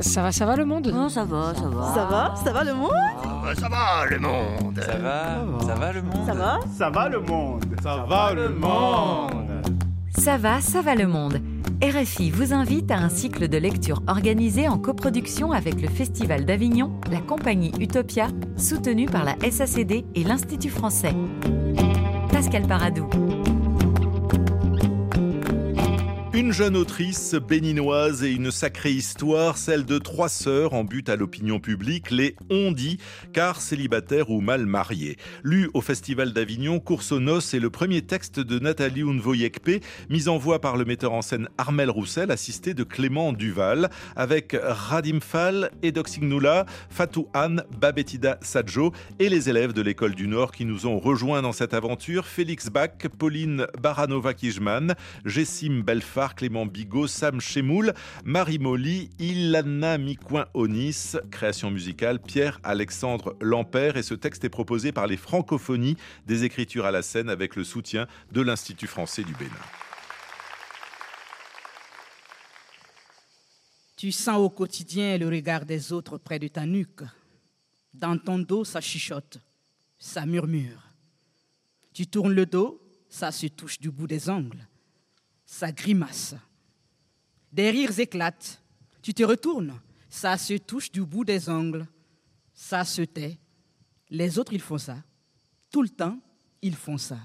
Ça va, ça va le monde Non, ça va, ça va. Ça va Ça va le monde Euh, Ça va le monde Ça va, ça va le monde Ça va Ça va le monde Ça, va, le monde Ça va, ça va le monde. RFI vous invite à un cycle de lecture organisé en coproduction avec le Festival d'Avignon, la compagnie Utopia, soutenue par la SACD et l'Institut français. Pascal Paradou. Une jeune autrice béninoise et une sacrée histoire, celle de trois sœurs en but à l'opinion publique, les Ondis, car célibataires ou mal mariées. Lue au Festival d'Avignon, Course aux noces est le premier texte de Nathalie Unvoyekpe, mis en voix par le metteur en scène Armel Roussel, assisté de Clément Duval, avec Radim Fall, Edoxignoula, Fatou Anne, Babetida Sadjo et les élèves de l'École du Nord qui nous ont rejoints dans cette aventure, Félix Bach, Pauline Baranova-Kijman, Jessim Belfa, Clément Bigot, Sam Chemoul, Marie Molly, Ilana Micoin-Onis, création musicale Pierre-Alexandre Lampère. Et ce texte est proposé par les Francophonies des Écritures à la scène avec le soutien de l'Institut français du Bénin. Tu sens au quotidien le regard des autres près de ta nuque. Dans ton dos, ça chuchote, ça murmure. Tu tournes le dos, ça se touche du bout des ongles ça grimace. Des rires éclatent. Tu te retournes. Ça se touche du bout des ongles. Ça se tait. Les autres, ils font ça. Tout le temps, ils font ça.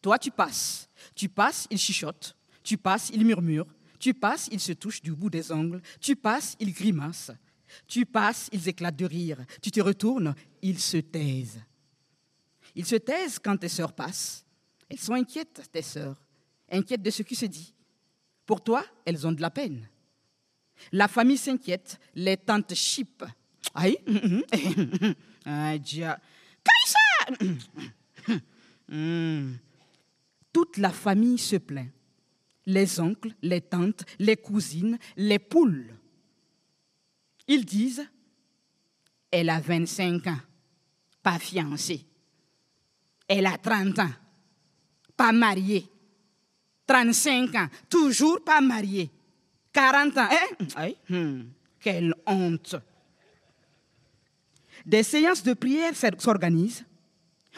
Toi, tu passes. Tu passes, ils chuchotent. Tu passes, ils murmurent. Tu passes, ils se touchent du bout des ongles. Tu passes, ils grimacent. Tu passes, ils éclatent de rire. Tu te retournes, ils se taisent. Ils se taisent quand tes sœurs passent. Elles sont inquiètes, tes sœurs inquiète de ce qui se dit. Pour toi, elles ont de la peine. La famille s'inquiète, les tantes chipent. Aïe, Hmm. Toute la famille se plaint. Les oncles, les tantes, les cousines, les poules. Ils disent Elle a 25 ans, pas fiancée. Elle a 30 ans, pas mariée. 35 ans, toujours pas marié. 40 ans, hein Aïe. Hum, quelle honte. Des séances de prière s'organisent.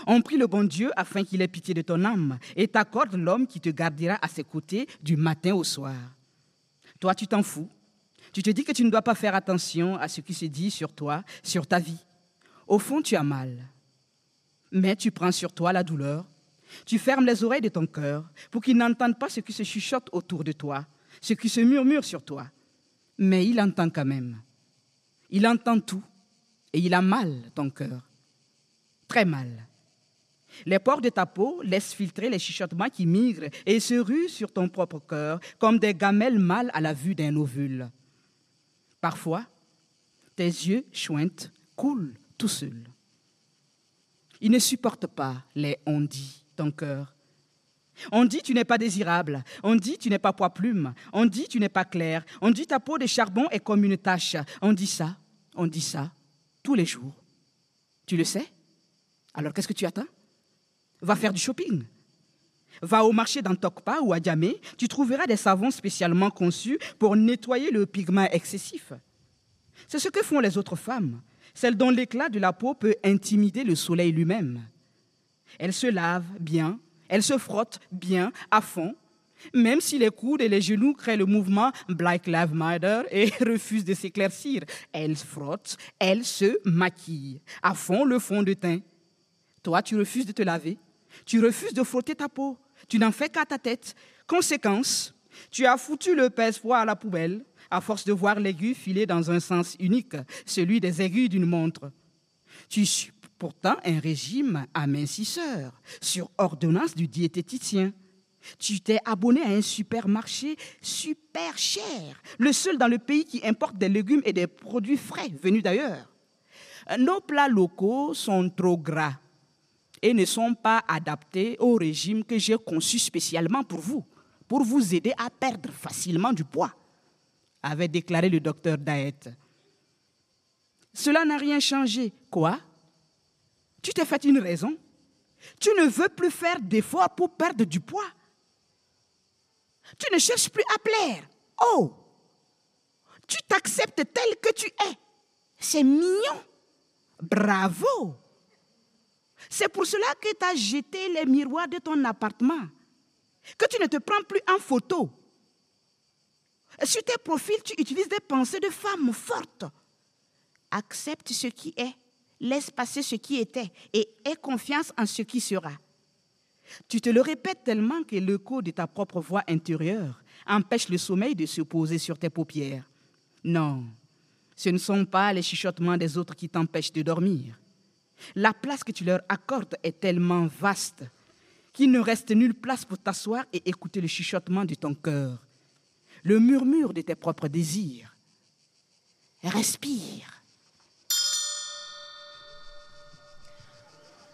On prie le bon Dieu afin qu'il ait pitié de ton âme et t'accorde l'homme qui te gardera à ses côtés du matin au soir. Toi, tu t'en fous. Tu te dis que tu ne dois pas faire attention à ce qui se dit sur toi, sur ta vie. Au fond, tu as mal. Mais tu prends sur toi la douleur tu fermes les oreilles de ton cœur pour qu'il n'entende pas ce qui se chuchote autour de toi, ce qui se murmure sur toi. Mais il entend quand même. Il entend tout et il a mal ton cœur. Très mal. Les pores de ta peau laissent filtrer les chuchotements qui migrent et se ruent sur ton propre cœur comme des gamelles mâles à la vue d'un ovule. Parfois, tes yeux chointes coulent tout seuls. Ils ne supportent pas les on -dit ton cœur. On dit tu n'es pas désirable, on dit tu n'es pas poids plume, on dit tu n'es pas clair, on dit ta peau de charbon est comme une tache. On dit ça, on dit ça, tous les jours. Tu le sais Alors qu'est-ce que tu attends Va faire du shopping. Va au marché d'Antokpa ou à Djamé, tu trouveras des savons spécialement conçus pour nettoyer le pigment excessif. C'est ce que font les autres femmes, celles dont l'éclat de la peau peut intimider le soleil lui-même. Elle se lave bien, elle se frotte bien à fond, même si les coudes et les genoux créent le mouvement Black Lives Matter et refusent de s'éclaircir. Elle frotte, elle se maquille à fond le fond de teint. Toi, tu refuses de te laver, tu refuses de frotter ta peau, tu n'en fais qu'à ta tête. Conséquence, tu as foutu le pèse-poids à la poubelle à force de voir l'aiguille filer dans un sens unique, celui des aiguilles d'une montre. Tu suis pourtant un régime amincisseur sur ordonnance du diététicien. Tu t'es abonné à un supermarché super cher, le seul dans le pays qui importe des légumes et des produits frais venus d'ailleurs. Nos plats locaux sont trop gras et ne sont pas adaptés au régime que j'ai conçu spécialement pour vous, pour vous aider à perdre facilement du poids, avait déclaré le docteur Daet. Cela n'a rien changé. Quoi tu t'es fait une raison. Tu ne veux plus faire d'efforts pour perdre du poids. Tu ne cherches plus à plaire. Oh Tu t'acceptes tel que tu es. C'est mignon. Bravo. C'est pour cela que tu as jeté les miroirs de ton appartement, que tu ne te prends plus en photo. Sur tes profils, tu utilises des pensées de femmes fortes. Accepte ce qui est, laisse passer ce qui était et aie confiance en ce qui sera. Tu te le répètes tellement que l'écho de ta propre voix intérieure empêche le sommeil de se poser sur tes paupières. Non, ce ne sont pas les chuchotements des autres qui t'empêchent de dormir. La place que tu leur accordes est tellement vaste qu'il ne reste nulle place pour t'asseoir et écouter le chuchotement de ton cœur, le murmure de tes propres désirs. Respire.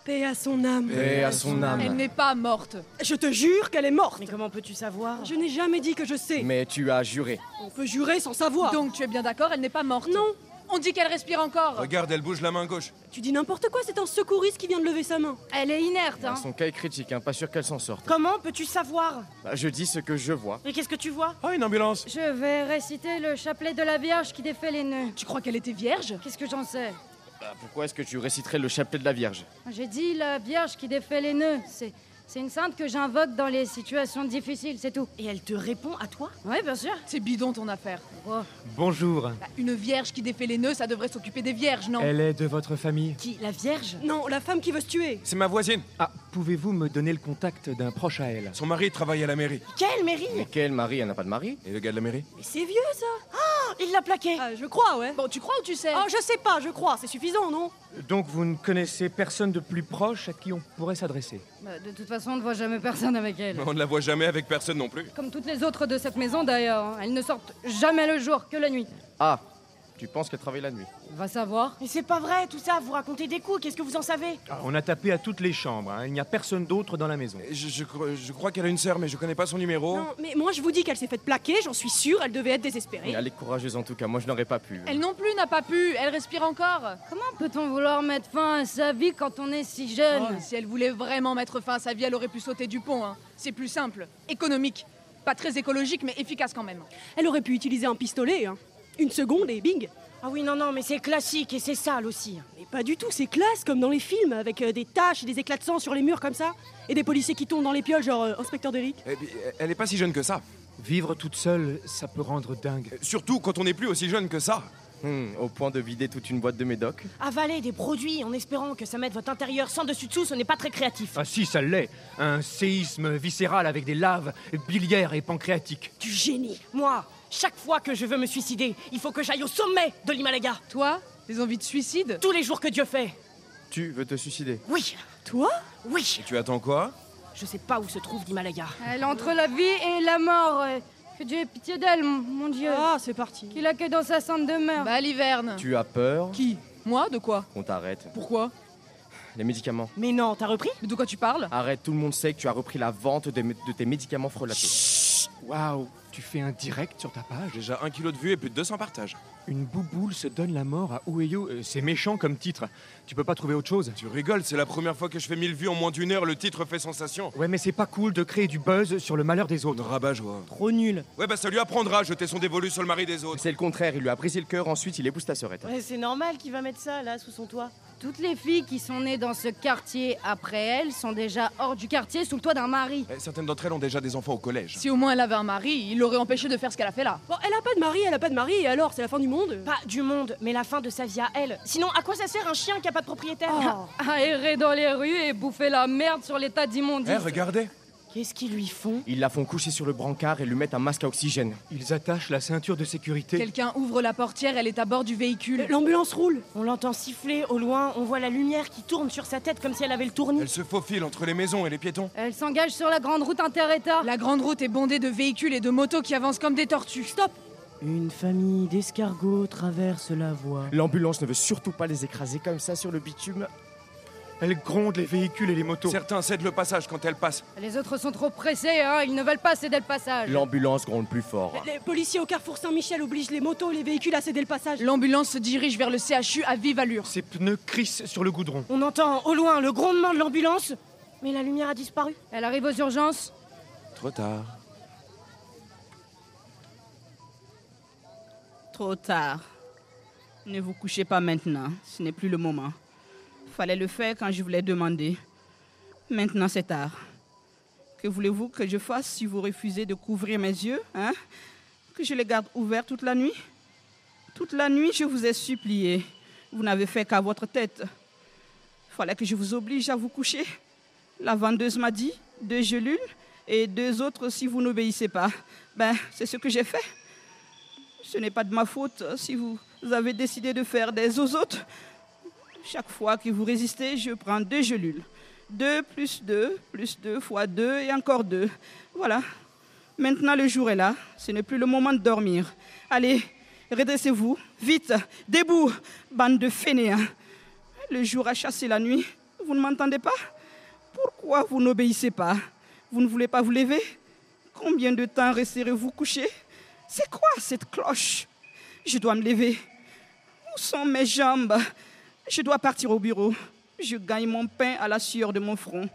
Paix à son âme. Paix à son Elle âme. n'est pas morte. Je te jure qu'elle est morte. Mais comment peux-tu savoir Je n'ai jamais dit que je sais. Mais tu as juré. On peut jurer sans savoir. Donc tu es bien d'accord, elle n'est pas morte. Non. On dit qu'elle respire encore. Regarde, elle bouge la main gauche. Tu dis n'importe quoi, c'est un secouriste qui vient de lever sa main. Elle est inerte. Hein. Son cas est critique, hein, pas sûr qu'elle s'en sorte. Comment peux-tu savoir Bah, je dis ce que je vois. Mais qu'est-ce que tu vois Ah, une ambulance Je vais réciter le chapelet de la Vierge qui défait les nœuds. Tu crois qu'elle était vierge Qu'est-ce que j'en sais Bah, pourquoi est-ce que tu réciterais le chapelet de la Vierge J'ai dit la Vierge qui défait les nœuds. C'est, c'est une sainte que j'invoque dans les situations difficiles, c'est tout. Et elle te répond à toi Oui, bien sûr. C'est bidon ton affaire. Oh, Bonjour. Bah, une vierge qui défait les nœuds, ça devrait s'occuper des vierges, non Elle est de votre famille Qui La Vierge Non, la femme qui veut se tuer. C'est ma voisine. Ah, pouvez-vous me donner le contact d'un proche à elle Son mari travaille à la mairie. Quelle mairie Mais quel mari Elle n'a pas de mari Et le gars de la mairie Mais c'est vieux ça. Oh, Il l'a plaquée Ah, je crois, ouais. Bon, tu crois ou tu sais Ah, je sais pas, je crois, c'est suffisant, non Donc vous ne connaissez personne de plus proche à qui on pourrait s'adresser bah, de toute façon, on ne voit jamais personne avec elle. On ne la voit jamais avec personne non plus. Comme toutes les autres de cette maison d'ailleurs, hein. elles ne sortent jamais le jour, que la nuit. Ah, tu penses qu'elle travaille la nuit Va savoir. Mais c'est pas vrai, tout ça, vous racontez des coups, qu'est-ce que vous en savez Ah, On a tapé à toutes les chambres, hein, il n'y a personne d'autre dans la maison. Je, je cro- je crois qu'elle a une sœur, mais je connais pas son numéro. Non, mais moi je vous dis qu'elle s'est faite plaquer, j'en suis sûre, elle devait être Mais désespérée. Elle est courageuse en tout cas, moi je n'aurais pas pu. Elle non plus n'a pas pu, elle respire encore. Comment peut-on vouloir mettre fin à sa vie quand on est si jeune Oh, Si elle voulait vraiment mettre fin à sa vie, elle aurait pu sauter du pont. hein. C'est plus simple, économique. Pas très écologique, mais efficace quand même. Elle aurait pu utiliser un pistolet, hein. Une seconde et bing. Ah oui, non, non, mais c'est classique et c'est sale aussi. Mais pas du tout, c'est classe comme dans les films, avec euh, des taches et des éclats de sang sur les murs comme ça, et des policiers qui tombent dans les pioles, genre euh, inspecteur Derrick. Et puis, Eh elle est pas si jeune que ça. Euh, Vivre toute seule, ça peut rendre dingue. Surtout quand on n'est plus aussi jeune que ça. Hmm, au point de vider toute une boîte de médoc. Avaler des produits en espérant que ça mette votre intérieur sans dessus-dessous, ce n'est pas très créatif. Ah si, ça l'est. Un séisme viscéral avec des laves biliaires et pancréatiques. Du génie Moi, chaque fois que je veux me suicider, il faut que j'aille au sommet de l'Himalaya Toi, des envies de suicide Tous les jours que Dieu fait Tu veux te suicider Oui Toi Oui Tu attends quoi Je sais pas où se trouve l'Himalaya. Elle entre la vie et la mort. euh, Que Dieu ait pitié d'elle, mon, mon Dieu. Ah, c'est parti. Qu'il accueille dans sa sainte demeure. Bah, l'hiverne. Tu as peur Qui Moi De quoi On t'arrête. Pourquoi Les médicaments. Mais non, t'as repris Mais de quoi tu parles Arrête, tout le monde sait que tu as repris la vente de, mé- de tes médicaments frelatés. Waouh, tu fais un direct sur ta page Déjà un kilo de vues et plus de 200 partages. Une bouboule se donne la mort à Ueyo. Euh, C'est méchant comme titre. Tu peux pas trouver autre chose Tu rigoles, c'est la première fois que je fais 1000 vues en moins d'une heure, le titre fait sensation. Ouais, mais c'est pas cool de créer du buzz sur le malheur des autres. Rabat joie. Trop nul Ouais, bah ça lui apprendra à jeter son dévolu sur le mari des autres. C'est le contraire, il lui a brisé le cœur, ensuite il épouse ta sœurette. Ouais, c'est normal qu'il va mettre ça, là, sous son toit. Toutes les filles qui sont nées dans ce quartier après elle sont déjà hors du quartier sous le toit d'un mari. Eh, Certaines d'entre elles ont déjà des enfants au collège. Si au moins elle avait un mari, il l'aurait empêché de faire ce qu'elle a fait là. Bon, elle a pas de mari, elle a pas de mari, et alors, c'est la fin du monde Pas du monde, mais la fin de sa vie à elle. Sinon, à quoi ça sert un chien qui a pas de propriétaire Oh. À errer dans les rues et bouffer la merde sur les tas d'immondices. Eh, regardez Qu'est-ce qu'ils lui font Ils la font coucher sur le brancard et lui mettent un masque à oxygène. Ils attachent la ceinture de sécurité. Quelqu'un ouvre la portière, elle est à bord du véhicule. L'ambulance roule. Euh, On l'entend siffler au loin, on voit la lumière qui tourne sur sa tête comme si elle avait le tournis. Elle se faufile entre les maisons et les piétons. Elle s'engage sur la grande route inter-État. La grande route est bondée de véhicules et de motos qui avancent comme des tortues. Stop Une famille d'escargots traverse la voie. L'ambulance ne veut surtout pas les écraser comme ça sur le bitume. Elles grondent les véhicules et les motos. Certains cèdent le passage quand elles passent. Les autres sont trop pressés, hein, ils ne veulent pas céder le passage. L'ambulance gronde plus fort. Les policiers au carrefour Saint-Michel obligent les motos et les véhicules à céder le passage. L'ambulance se dirige vers le CHU à vive allure. Ces pneus crissent sur le goudron. On entend au loin le grondement de l'ambulance, mais la lumière a disparu. Elle arrive aux urgences. Trop tard. Trop tard. Ne vous couchez pas maintenant, ce n'est plus le moment. Fallait le faire quand je vous l'ai demandé. Maintenant, c'est tard. Que voulez-vous que je fasse si vous refusez de couvrir mes yeux hein Que je les garde ouverts toute la nuit Toute la nuit, je vous ai supplié. Vous n'avez fait qu'à votre tête. Fallait que je vous oblige à vous coucher. La vendeuse m'a dit deux gelules et deux autres si vous n'obéissez pas. Ben, c'est ce que j'ai fait. Ce n'est pas de ma faute si vous avez décidé de faire des aux autres. Chaque fois que vous résistez, je prends deux gelules. Deux plus deux, plus deux fois deux et encore deux. Voilà. Maintenant le jour est là. Ce n'est plus le moment de dormir. Allez, redressez-vous. Vite, debout, bande de fainéants. Le jour a chassé la nuit. Vous ne m'entendez pas Pourquoi vous n'obéissez pas Vous ne voulez pas vous lever Combien de temps resterez-vous couché C'est quoi cette cloche Je dois me lever. Où sont mes jambes Je dois partir au bureau. Je gagne mon pain à la sueur de mon front.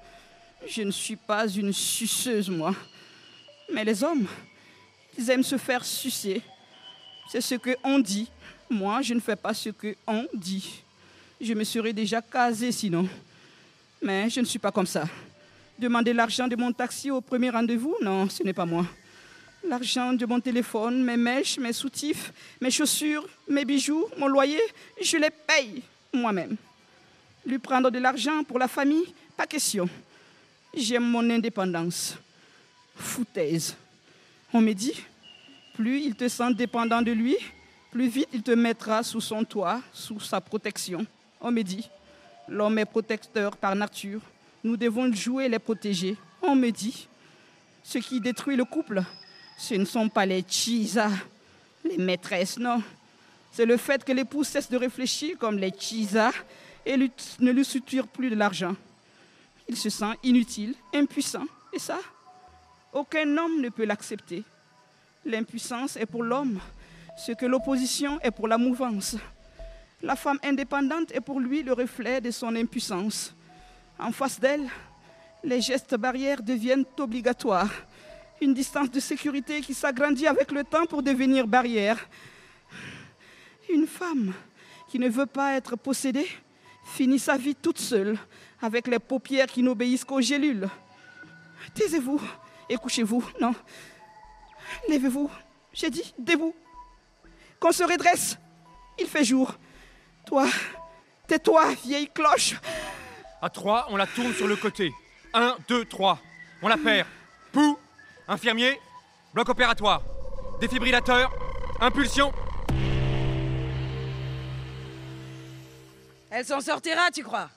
Je ne suis pas une suceuse, moi. Mais les hommes, ils aiment se faire sucer. C'est ce que on dit. Moi, je ne fais pas ce que on dit. Je me serais déjà casée sinon. Mais je ne suis pas comme ça. Demander l'argent de mon taxi au premier rendez-vous, non, ce n'est pas moi. L'argent de mon téléphone, mes mèches, mes soutifs, mes chaussures, mes bijoux, mon loyer, je les paye moi-même. Lui prendre de l'argent pour la famille, pas question. J'aime mon indépendance. Foutaise. On me dit, plus il te sent dépendant de lui, plus vite il te mettra sous son toit, sous sa protection. On me dit, l'homme est protecteur par nature. Nous devons jouer les protéger. On me dit, ce qui détruit le couple, ce ne sont pas les chisas, les maîtresses, non. C'est le fait que l'époux cesse de réfléchir comme les chisas et lui- ne lui suture plus de l'argent. Il se sent inutile, impuissant. Et ça, aucun homme ne peut l'accepter. L'impuissance est pour l'homme ce que l'opposition est pour la mouvance. La femme indépendante est pour lui le reflet de son impuissance. En face d'elle, les gestes barrières deviennent obligatoires. Une distance de sécurité qui s'agrandit avec le temps pour devenir barrière. Une femme qui ne veut pas être possédée finit sa vie toute seule, avec les paupières qui n'obéissent qu'aux gélules. Taisez-vous et couchez-vous. Non. Levez-vous. J'ai dit, debout. Qu'on se redresse. Il fait jour. Toi, tais-toi, vieille cloche. À 3, on la tourne sur le côté. 1, 2, 3. On la perd. Pou Infirmier Bloc opératoire Défibrillateur Impulsion Elle s'en sortira, tu crois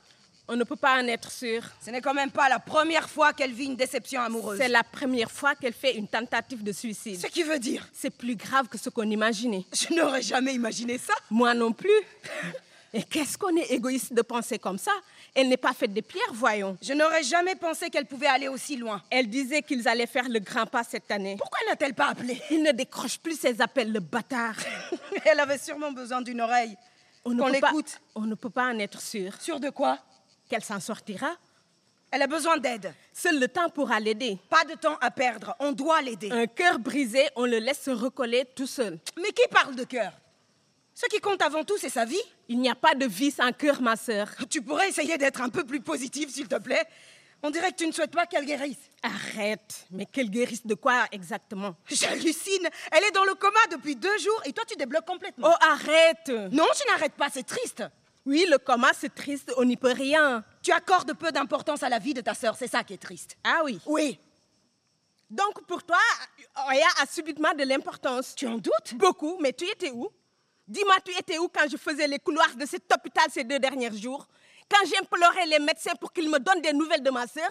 On ne peut pas en être sûr. Ce n'est quand même pas la première fois qu'elle vit une déception amoureuse. C'est la première fois qu'elle fait une tentative de suicide. Ce qui veut dire C'est plus grave que ce qu'on imaginait. Je n'aurais jamais imaginé ça. Moi non plus. Et qu'est-ce qu'on est égoïste de penser comme ça Elle n'est pas faite de pierre, voyons. Je n'aurais jamais pensé qu'elle pouvait aller aussi loin. Elle disait qu'ils allaient faire le grand pas cette année. Pourquoi n'a-t-elle pas appelé Il ne décroche plus ses appels, le bâtard. Elle avait sûrement besoin d'une oreille. ne Qu'on peut pas- l'écoute. On ne peut pas en être sûr. Sûr de quoi Qu'elle s'en sortira Elle a besoin d'aide. Seul le temps pourra l'aider. Pas de temps à perdre. On doit l'aider. Un cœur brisé, on le laisse se recoller tout seul. Mais qui parle de cœur Ce qui compte avant tout, c'est sa vie. Il n'y a pas de vie sans cœur, ma sœur. Tu pourrais essayer d'être un peu plus positive, s'il te plaît. On dirait que tu ne souhaites pas qu'elle guérisse. Arrête. Mais qu'elle guérisse de quoi exactement J'hallucine. Elle est dans le coma depuis deux jours et toi, tu débloques complètement. Oh, arrête Non, tu n'arrêtes pas. C'est triste. Oui, le coma, c'est triste, on n'y peut rien. Tu accordes peu d'importance à la vie de ta sœur. C'est ça qui est triste. Ah oui. Oui. Donc pour toi, Oya a subitement de l'importance. Tu en doutes Beaucoup, mais tu étais où Dis-moi, tu étais où quand je faisais les couloirs de cet hôpital ces deux derniers jours Quand j'implorais les médecins pour qu'ils me donnent des nouvelles de ma sœur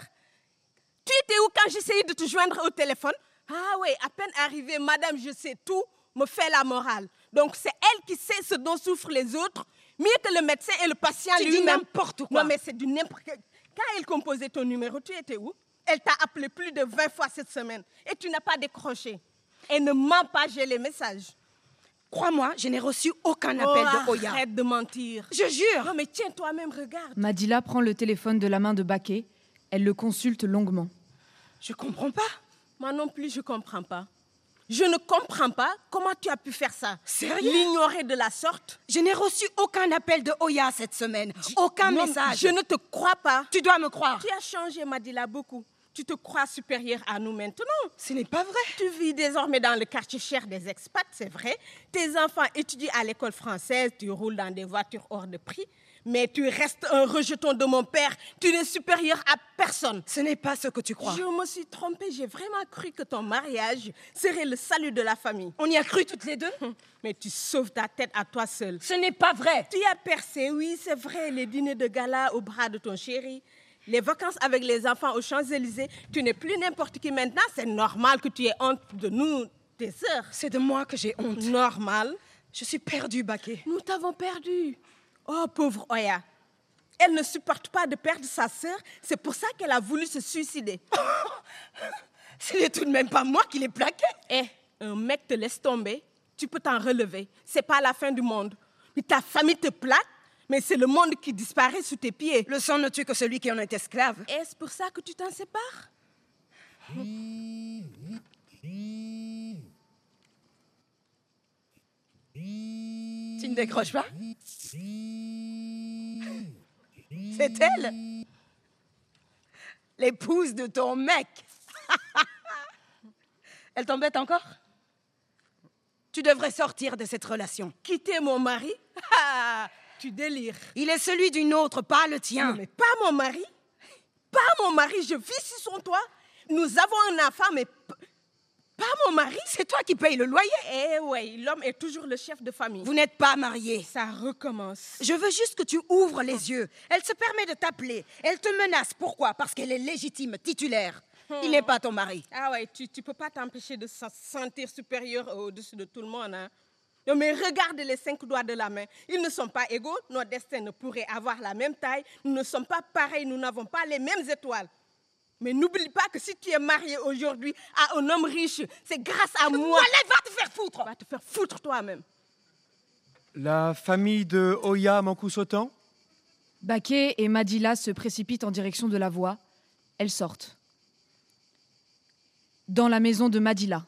Tu étais où quand j'essayais de te joindre au téléphone Ah oui, à peine arrivée, madame, je sais tout, me fait la morale. Donc c'est elle qui sait ce dont souffrent les autres, mieux que le médecin et le patient Tu dis lui-même. n'importe quoi. Non mais c'est du n'importe quoi. Quand elle composait ton numéro, tu étais où Elle t'a appelé plus de 20 fois cette semaine et tu n'as pas décroché. Et ne mens pas, j'ai les messages. Crois-moi, je n'ai reçu aucun appel Oh, de Oya. Arrête de mentir. Je jure. Non mais tiens toi-même, regarde. Madila prend le téléphone de la main de Baquet. Elle le consulte longuement. Je comprends pas. Moi non plus, je comprends pas. Je ne comprends pas comment tu as pu faire ça. Sérieux L'ignorer de la sorte Je n'ai reçu aucun appel de Oya cette semaine. Aucun Non, message. Je ne te crois pas. Tu dois me croire. Tu as changé, Madila, beaucoup. Tu te crois supérieure à nous maintenant. Ce n'est pas vrai. Tu vis désormais dans le quartier cher des expats, c'est vrai. Tes enfants étudient à l'école française, tu roules dans des voitures hors de prix. Mais tu restes un rejeton de mon père. Tu n'es supérieur à personne. Ce n'est pas ce que tu crois. Je me suis trompée. J'ai vraiment cru que ton mariage serait le salut de la famille. On y a cru toutes les deux Mais tu sauves ta tête à toi seule. Ce n'est pas vrai. Tu as percé, oui, c'est vrai, les dîners de gala au bras de ton chéri. Les vacances avec les enfants aux Champs-Élysées, tu n'es plus n'importe qui maintenant. C'est normal que tu aies honte de nous, tes sœurs. C'est de moi que j'ai honte. Normal. Je suis perdue, Baké. Nous t'avons perdu. Oh, pauvre Oya. Elle ne supporte pas de perdre sa sœur. C'est pour ça qu'elle a voulu se suicider. Ce n'est tout de même pas moi qui l'ai plaqué. Eh, un mec te laisse tomber, tu peux t'en relever. C'est pas la fin du monde. Mais ta famille te plaque, mais c'est le monde qui disparaît sous tes pieds. Le sang ne tue que celui qui en est esclave. Est-ce pour ça que tu t'en sépares Tu ne décroches pas C'est elle L'épouse de ton mec Elle t'embête encore Tu devrais sortir de cette relation. Quitter mon mari Ah, Tu délires. Il est celui d'une autre, pas le tien. Non, mais pas mon mari. Pas mon mari, je vis sous son toit. Nous avons un enfant, mais p- pas mon mari. C'est toi qui payes le loyer. Eh oui, l'homme est toujours le chef de famille. Vous n'êtes pas mariés. Ça recommence. Je veux juste que tu ouvres les yeux. Elle se permet de t'appeler. Elle te menace. Pourquoi Parce qu'elle est légitime, titulaire. Il n'est pas ton mari. Ah ouais, tu ne peux pas t'empêcher de se sentir supérieur et au-dessus de tout le monde. hein. Non, mais regarde les cinq doigts de la main. Ils ne sont pas égaux. Nos destins ne pourraient avoir la même taille. Nous ne sommes pas pareils. Nous n'avons pas les mêmes étoiles. Mais n'oublie pas que si tu es marié aujourd'hui à un homme riche, c'est grâce à moi. Allez, va te faire foutre Va te faire foutre toi-même. La famille de Oya Mankusautan Baké et Madila se précipitent en direction de la voie. Elles sortent. Dans la maison de Madila.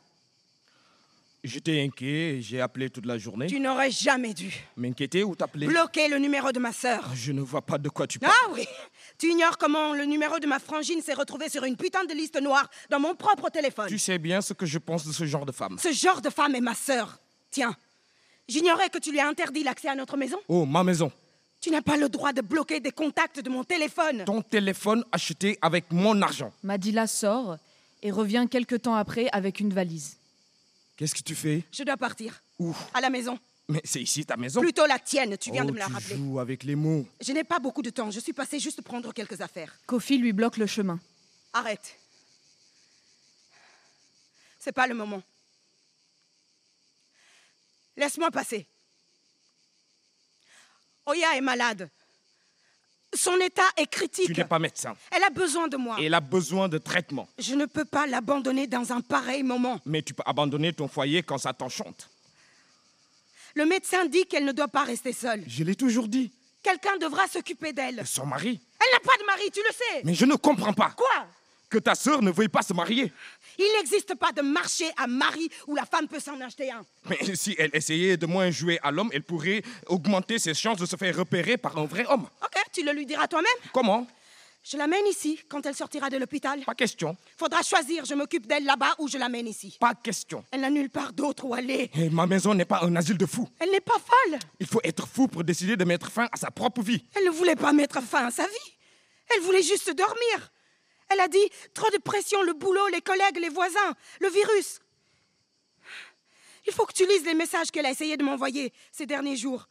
J'étais inquiet, j'ai appelé toute la journée. Tu n'aurais jamais dû. M'inquiéter ou t'appeler Bloquer le numéro de ma sœur. Je ne vois pas de quoi tu parles. Ah oui Tu ignores comment le numéro de ma frangine s'est retrouvé sur une putain de liste noire dans mon propre téléphone. Tu sais bien ce que je pense de ce genre de femme. Ce genre de femme est ma sœur. Tiens, j'ignorais que tu lui as interdit l'accès à notre maison. Oh, ma maison. Tu n'as pas le droit de bloquer des contacts de mon téléphone. Ton téléphone acheté avec mon argent. Madila sort et revient quelque temps après avec une valise. Qu'est-ce que tu fais Je dois partir. Où À la maison. Mais c'est ici ta maison. Plutôt la tienne, tu viens Oh, de me la tu rappeler. joues avec les mots. Je n'ai pas beaucoup de temps, je suis passée juste prendre quelques affaires. Kofi lui bloque le chemin. Arrête. C'est pas le moment. Laisse-moi passer. Oya est malade. Son état est critique. Tu n'es pas médecin. Elle a besoin de moi. Et elle a besoin de traitement. Je ne peux pas l'abandonner dans un pareil moment. Mais tu peux abandonner ton foyer quand ça t'enchante. Le médecin dit qu'elle ne doit pas rester seule. Je l'ai toujours dit. Quelqu'un devra s'occuper d'elle. Son mari. Elle n'a pas de mari, tu le sais. Mais je ne comprends pas Quoi que ta sœur ne veuille pas se marier. Il n'existe pas de marché à mari où la femme peut s'en acheter un. Mais si elle essayait de moins jouer à l'homme, elle pourrait augmenter ses chances de se faire repérer par un vrai homme. Ok, tu le lui diras toi-même. Comment Je l'amène ici quand elle sortira de l'hôpital. Pas question. Faudra choisir, je m'occupe d'elle là-bas ou je l'amène ici. Pas question. Elle n'a nulle part d'autre où aller. Et Eh, ma maison n'est pas un asile de fous. Elle n'est pas folle. Il faut être fou pour décider de mettre fin à sa propre vie. Elle ne voulait pas mettre fin à sa vie. Elle voulait juste dormir. Elle a dit trop de pression, le boulot, les collègues, les voisins, le virus. Il faut que tu lises les messages qu'elle a essayé de m'envoyer ces derniers jours.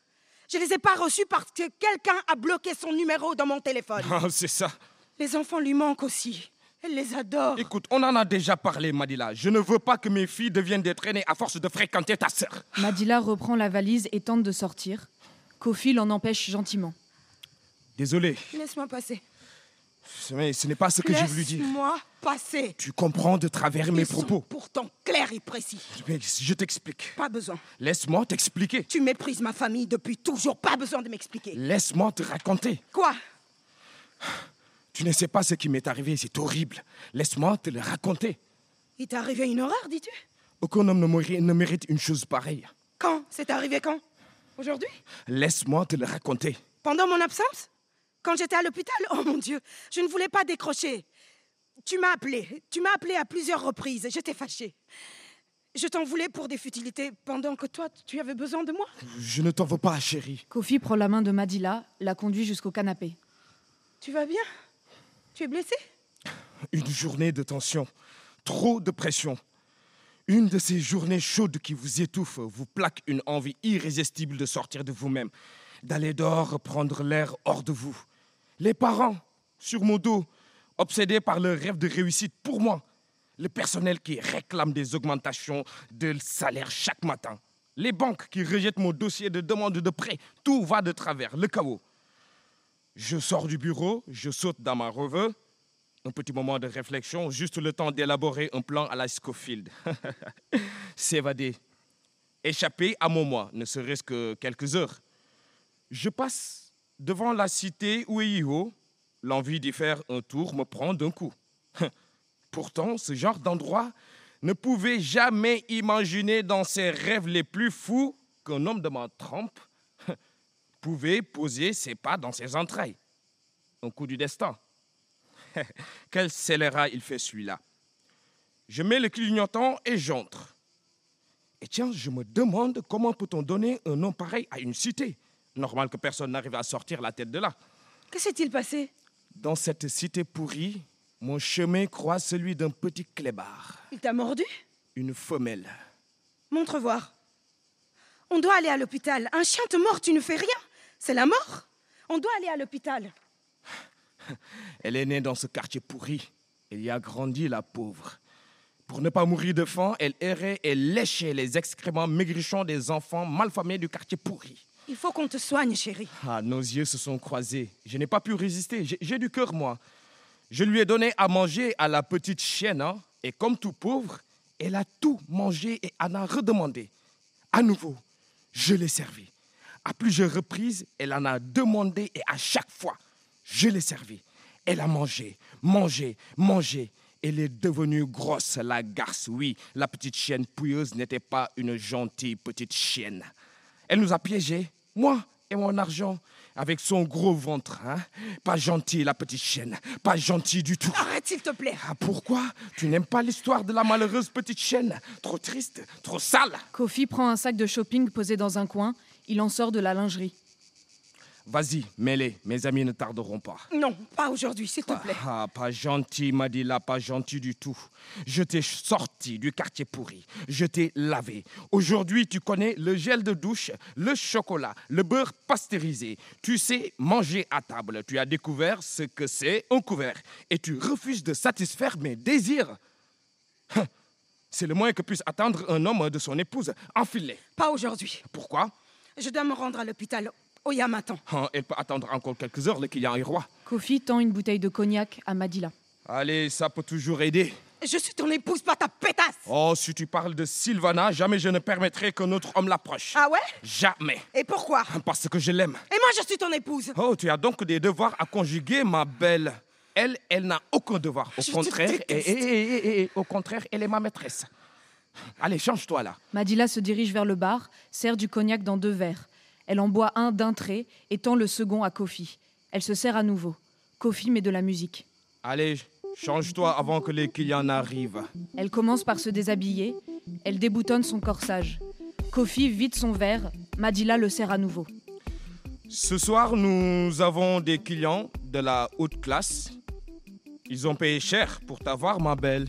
Je les ai pas reçus parce que quelqu'un a bloqué son numéro dans mon téléphone. Ah, c'est ça. Les enfants lui manquent aussi. Elle les adore. Écoute, on en a déjà parlé, Madila. Je ne veux pas que mes filles deviennent des traînées à force de fréquenter ta sœur. Madila reprend la valise et tente de sortir. Kofi l'en empêche gentiment. Désolé, Laisse-moi passer. mais ce n'est pas Ah, ce que je voulais dire. Laisse-moi passer. Tu comprends de travers mes Ils sont propos. pourtant clair et précis. Mais je t'explique. Pas besoin. Laisse-moi t'expliquer. Tu méprises ma famille depuis toujours. Pas besoin de m'expliquer. Laisse-moi te raconter. Quoi Tu ne sais pas ce qui m'est arrivé, c'est horrible. Laisse-moi te le raconter. Il t'est arrivé une horreur, dis-tu Aucun homme ne, mori- ne mérite une chose pareille. Quand C'est arrivé quand Aujourd'hui Laisse-moi te le raconter. Pendant mon absence Quand j'étais à l'hôpital Oh mon Dieu, je ne voulais pas décrocher. Tu m'as appelé. Tu m'as appelé à plusieurs reprises. J'étais fâchée. Je t'en voulais pour des futilités pendant que toi, tu avais besoin de moi. Je ne t'en veux pas, chérie. Kofi prend la main de Madila, la conduit jusqu'au canapé. Tu vas bien Tu es blessée Une journée de tension, trop de pression. Une de ces journées chaudes qui vous étouffent vous plaque une envie irrésistible de sortir de vous-même, d'aller dehors, prendre l'air hors de vous. Les parents, sur mon dos, obsédés par leur rêve de réussite pour moi. Le personnel qui réclame des augmentations de salaire chaque matin. Les banques qui rejettent mon dossier de demande de prêt. Tout va de travers, le chaos. Je sors du bureau, je saute dans ma revue. Un petit moment de réflexion, juste le temps d'élaborer un plan à la Scofield. S'évader. Échapper à mon moi, ne serait-ce que quelques heures. Je passe devant la cité Uehiho. L'envie d'y faire un tour me prend d'un coup. Pourtant, ce genre d'endroit ne pouvait jamais imaginer dans ses rêves les plus fous qu'un homme de ma trempe pouvait poser ses pas dans ses entrailles. Un coup du destin. Quel scélérat il fait celui-là. Je mets le clignotant et j'entre. Et tiens, je me demande comment peut-on donner un nom pareil à une cité. Normal que personne n'arrive à sortir la tête de là. Que s'est-il passé Dans cette cité pourrie, mon chemin croise celui d'un petit clébard, Il t'a mordu une femelle. Montre voir. On doit aller à l'hôpital. Un chien te mord, tu ne fais rien. C'est la mort. On doit aller à l'hôpital. Elle est née dans ce quartier pourri. Elle y a grandi, la pauvre. Pour ne pas mourir de faim, elle errait et léchait les excréments maigrichons des enfants malfamés du quartier pourri. Il faut qu'on te soigne, chérie. Ah, nos yeux se sont croisés. Je n'ai pas pu résister. J'ai- J'ai du cœur, moi. Je lui ai donné à manger à la petite chienne, hein, et comme tout pauvre, elle a tout mangé et en a redemandé. À nouveau, je l'ai servi. À plusieurs reprises, elle en a demandé et à chaque fois, je l'ai servi. Elle a mangé, mangé, mangé. Elle est devenue grosse, la garce, oui. La petite chienne pouilleuse n'était pas une gentille petite chienne. Elle nous a piégés, moi et mon argent, avec son gros ventre. hein. Pas gentille, la petite chienne. Pas gentille du tout. Arrête, s'il te plaît. Ah, pourquoi Tu n'aimes pas l'histoire de la malheureuse petite chienne Trop triste, trop sale. Kofi prend un sac de shopping posé dans un coin. Il en sort de la lingerie. Vas-y, mêlez. Mes amis ne tarderont pas. Non, pas aujourd'hui, s'il te plaît. Ah, pas gentil, Madila, pas gentil du tout. Je t'ai sorti du quartier pourri. Je t'ai lavé. Aujourd'hui, tu connais le gel de douche, le chocolat, le beurre pasteurisé. Tu sais manger à table. Tu as découvert ce que c'est un couvert. Et tu refuses de satisfaire mes désirs. Hein, C'est le moins que puisse attendre un homme de son épouse. Enfilé. Pas aujourd'hui. Pourquoi Je dois me rendre à l'hôpital. Oya m'attend. Hein, Elle peut attendre encore quelques heures, le client est roi. Kofi tend une bouteille de cognac à Madila. Allez, ça peut toujours aider. Je suis ton épouse, pas ta pétasse. Oh, si tu parles de Sylvana, jamais je ne permettrai qu'un autre homme l'approche. Ah ouais Jamais. Et pourquoi Parce que je l'aime. Et moi, je suis ton épouse. Oh, tu as donc des devoirs à conjuguer, ma belle. Elle, elle n'a aucun devoir. Au Je te contraire, et, déteste. au contraire, elle est ma maîtresse. Allez, change-toi là. Madila se dirige vers le bar, sert du cognac dans deux verres. Elle en boit un d'un trait et tend le second à Kofi. Elle se sert à nouveau. Kofi met de la musique. Allez, change-toi avant que les clients n'arrivent. Elle commence par se déshabiller. Elle déboutonne son corsage. Kofi vide son verre. Madila le sert à nouveau. Ce soir, nous avons des clients de la haute classe. Ils ont payé cher pour t'avoir, ma belle.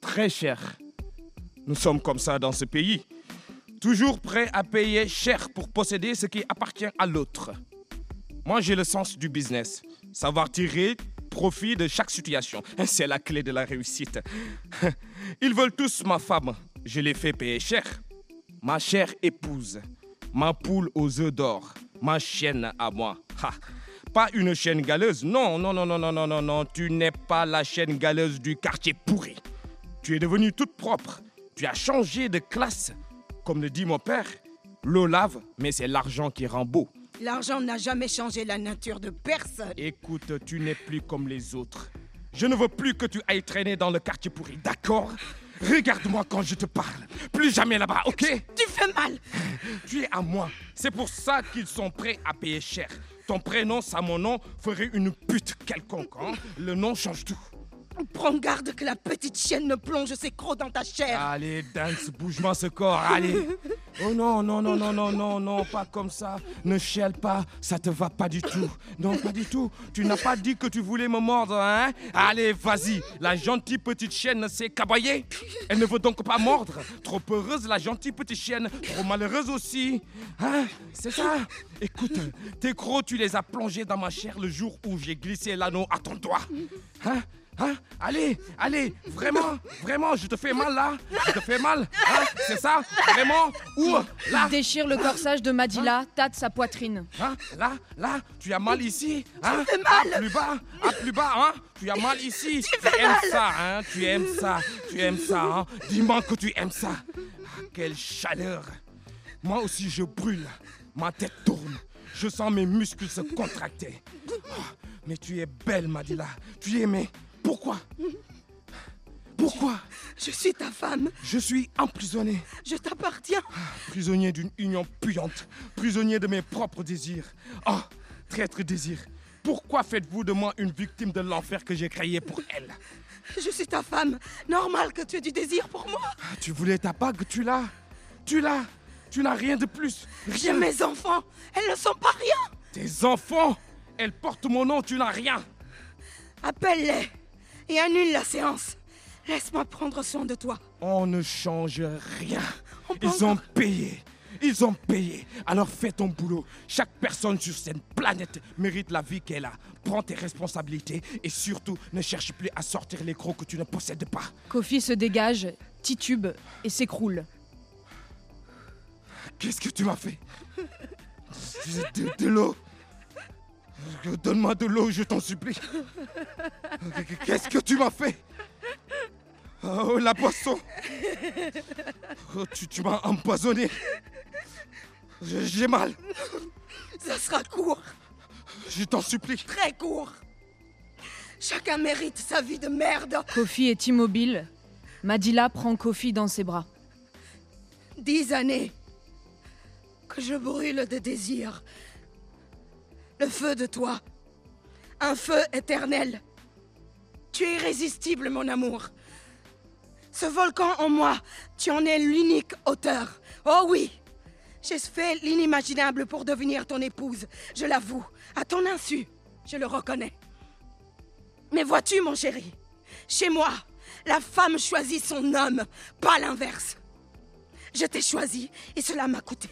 Très cher. Nous sommes comme ça dans ce pays. Toujours prêts à payer cher pour posséder ce qui appartient à l'autre. Moi, j'ai le sens du business. Savoir tirer profit de chaque situation. C'est la clé de la réussite. Ils veulent tous ma femme. Je les fais payer cher. Ma chère épouse, ma poule aux œufs d'or, ma chienne à moi. Ha. Pas une chienne galeuse, non, non, non, non, non, non, non, non, tu n'es pas la chienne galeuse du quartier pourri. Tu es devenue toute propre, tu as changé de classe. Comme le dit mon père, l'eau lave, mais c'est l'argent qui rend beau. L'argent n'a jamais changé la nature de personne. Écoute, tu n'es plus comme les autres. Je ne veux plus que tu ailles traîner dans le quartier pourri, d'accord Regarde-moi quand je te parle. Plus jamais là-bas, ok Tu fais mal. Tu es à moi. C'est pour ça qu'ils sont prêts à payer cher. Ton prénom, ça mon nom, ferait une pute quelconque. hein. Le nom change tout. Prends garde que la petite chienne ne plonge ses crocs dans ta chair. Allez, danse, bouge-moi ce corps, allez. Oh non, non, non, non, non, non, non, pas comme ça. Ne chiale pas, ça te va pas du tout. Non, pas du tout. Tu n'as pas dit que tu voulais me mordre, hein Allez, vas-y. La gentille petite chienne s'est cabaillée. Elle ne veut donc pas mordre. Trop heureuse, la gentille petite chienne. Trop malheureuse aussi. Hein C'est ça Écoute, tes crocs, tu les as plongés dans ma chair le jour où j'ai glissé l'anneau à ton doigt. Hein Hein Allez, allez, vraiment, vraiment, je te fais mal là Je te fais mal hein C'est ça Vraiment Où Là Il déchire le corsage de Hein Madila, tâte sa poitrine. Hein Là Là Tu as mal ici hein fais Ah, plus bas Ah, plus bas, hein Tu as mal ici Tu, aimes mal. ça, hein Tu aimes ça Tu aimes ça, hein Dis-moi que tu aimes ça Ah, Quelle chaleur Moi aussi, je brûle. Ma tête tourne. Je sens mes muscles se contracter. Oh, mais tu es belle, Madila. Tu es aimée. Pourquoi Pourquoi Je suis ta femme. Je suis emprisonné. Je t'appartiens. Prisonnier d'une union puante, prisonnier de mes propres désirs. Oh, traître désir, pourquoi faites-vous de moi une victime de l'enfer que j'ai créé pour elle Je suis ta femme. Normal que tu aies du désir pour moi. Ah, Tu voulais ta bague, tu l'as Tu l'as Tu n'as rien de plus J'ai Rien mes enfants. Elles ne sont pas rien. Tes enfants Elles portent mon nom, tu n'as rien Appelle-les et annule la séance. Laisse-moi prendre soin de toi. On ne change rien. On peut Ils ont encore- payé. Ils ont payé. Alors fais ton boulot. Chaque personne sur cette planète mérite la vie qu'elle a. Prends tes responsabilités et surtout ne cherche plus à sortir les crocs que tu ne possèdes pas. Kofi se dégage, titube et s'écroule. Qu'est-ce que tu m'as fait De, de l'eau. Donne-moi de l'eau, je t'en supplie. Qu'est-ce que tu m'as fait Oh, la poisson Oh, tu tu m'as empoisonné. J'ai j'ai mal. Ça sera court, Je t'en supplie. très court. Chacun mérite sa vie de merde. Kofi est immobile. Madila prend Kofi dans ses bras. Dix années que je brûle de désir. Le feu de toi. Un feu éternel. Tu es irrésistible, mon amour. Ce volcan en moi, tu en es l'unique auteur. Oh oui, j'ai fait l'inimaginable pour devenir ton épouse. Je l'avoue, à ton insu, je le reconnais. Mais vois-tu, mon chéri, chez moi, la femme choisit son homme, pas l'inverse. Je t'ai choisi et cela m'a coûté.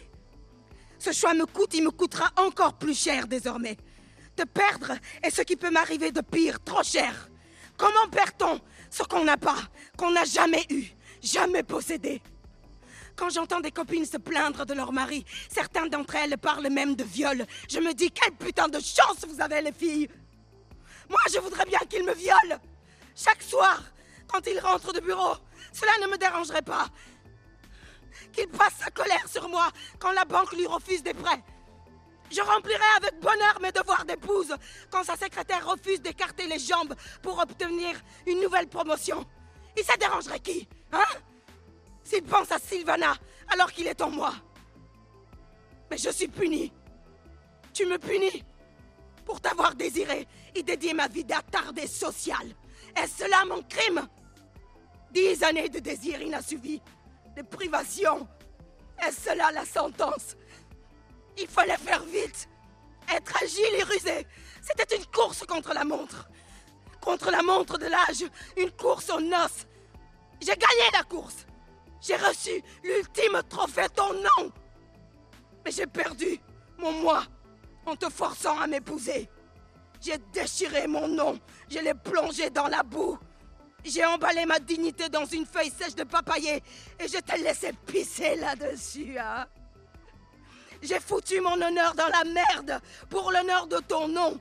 Ce choix me coûte, il me coûtera encore plus cher désormais. Te perdre est ce qui peut m'arriver de pire, trop cher. Comment perd-on ce qu'on n'a pas, qu'on n'a jamais eu, jamais possédé Quand j'entends des copines se plaindre de leur mari, certains d'entre elles parlent même de viol, je me dis quelle putain de chance vous avez les filles Moi je voudrais bien qu'ils me violent Chaque soir, quand ils rentrent de bureau, cela ne me dérangerait pas qu'il passe sa colère sur moi quand la banque lui refuse des prêts. Je remplirai avec bonheur mes devoirs d'épouse quand sa secrétaire refuse d'écarter les jambes pour obtenir une nouvelle promotion. Et ça dérangerait qui Hein S'il pense à Sylvana alors qu'il est en moi. Mais je suis punie. Tu me punis pour t'avoir désiré et dédié ma vie d'attardé social. Est-ce cela mon crime Dix années de désir inassuvi de privation. Est-ce cela la sentence Il fallait faire vite, être agile et rusé. C'était une course contre la montre. Contre la montre de l'âge, une course aux noces. J'ai gagné la course. J'ai reçu l'ultime trophée, ton nom. Mais j'ai perdu mon moi en te forçant à m'épouser. J'ai déchiré mon nom, je l'ai plongé dans la boue. J'ai emballé ma dignité dans une feuille sèche de papayer et je t'ai laissé pisser là-dessus. hein. J'ai foutu mon honneur dans la merde pour l'honneur de ton nom.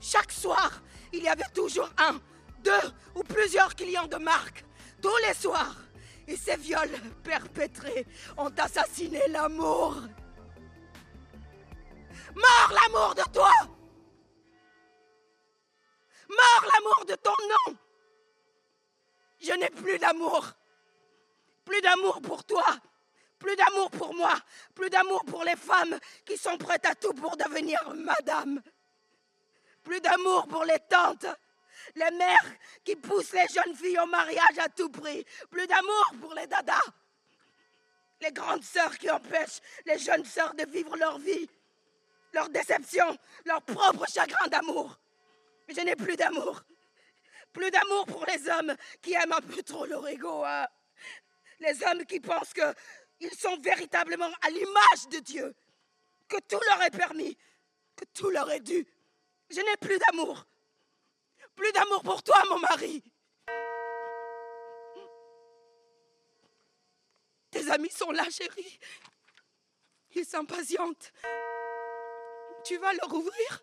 Chaque soir, il y avait toujours un, deux ou plusieurs clients de marque. Tous les soirs. Et ces viols perpétrés ont assassiné l'amour. Mort l'amour de toi Mort l'amour de ton nom je n'ai plus d'amour. Plus d'amour pour toi, plus d'amour pour moi, plus d'amour pour les femmes qui sont prêtes à tout pour devenir madame. Plus d'amour pour les tantes, les mères qui poussent les jeunes filles au mariage à tout prix. Plus d'amour pour les dadas. Les grandes sœurs qui empêchent les jeunes sœurs de vivre leur vie, leur déception, leur propre chagrin d'amour. Mais je n'ai plus d'amour. Plus d'amour pour les hommes qui aiment un peu trop leur ego. hein. Les hommes qui pensent que ils sont véritablement à l'image de Dieu. Que tout leur est permis. Que tout leur est dû. Je n'ai plus d'amour. Plus d'amour pour toi, mon mari. Tes amis sont là, chérie. Ils s'impatientent. Tu vas leur ouvrir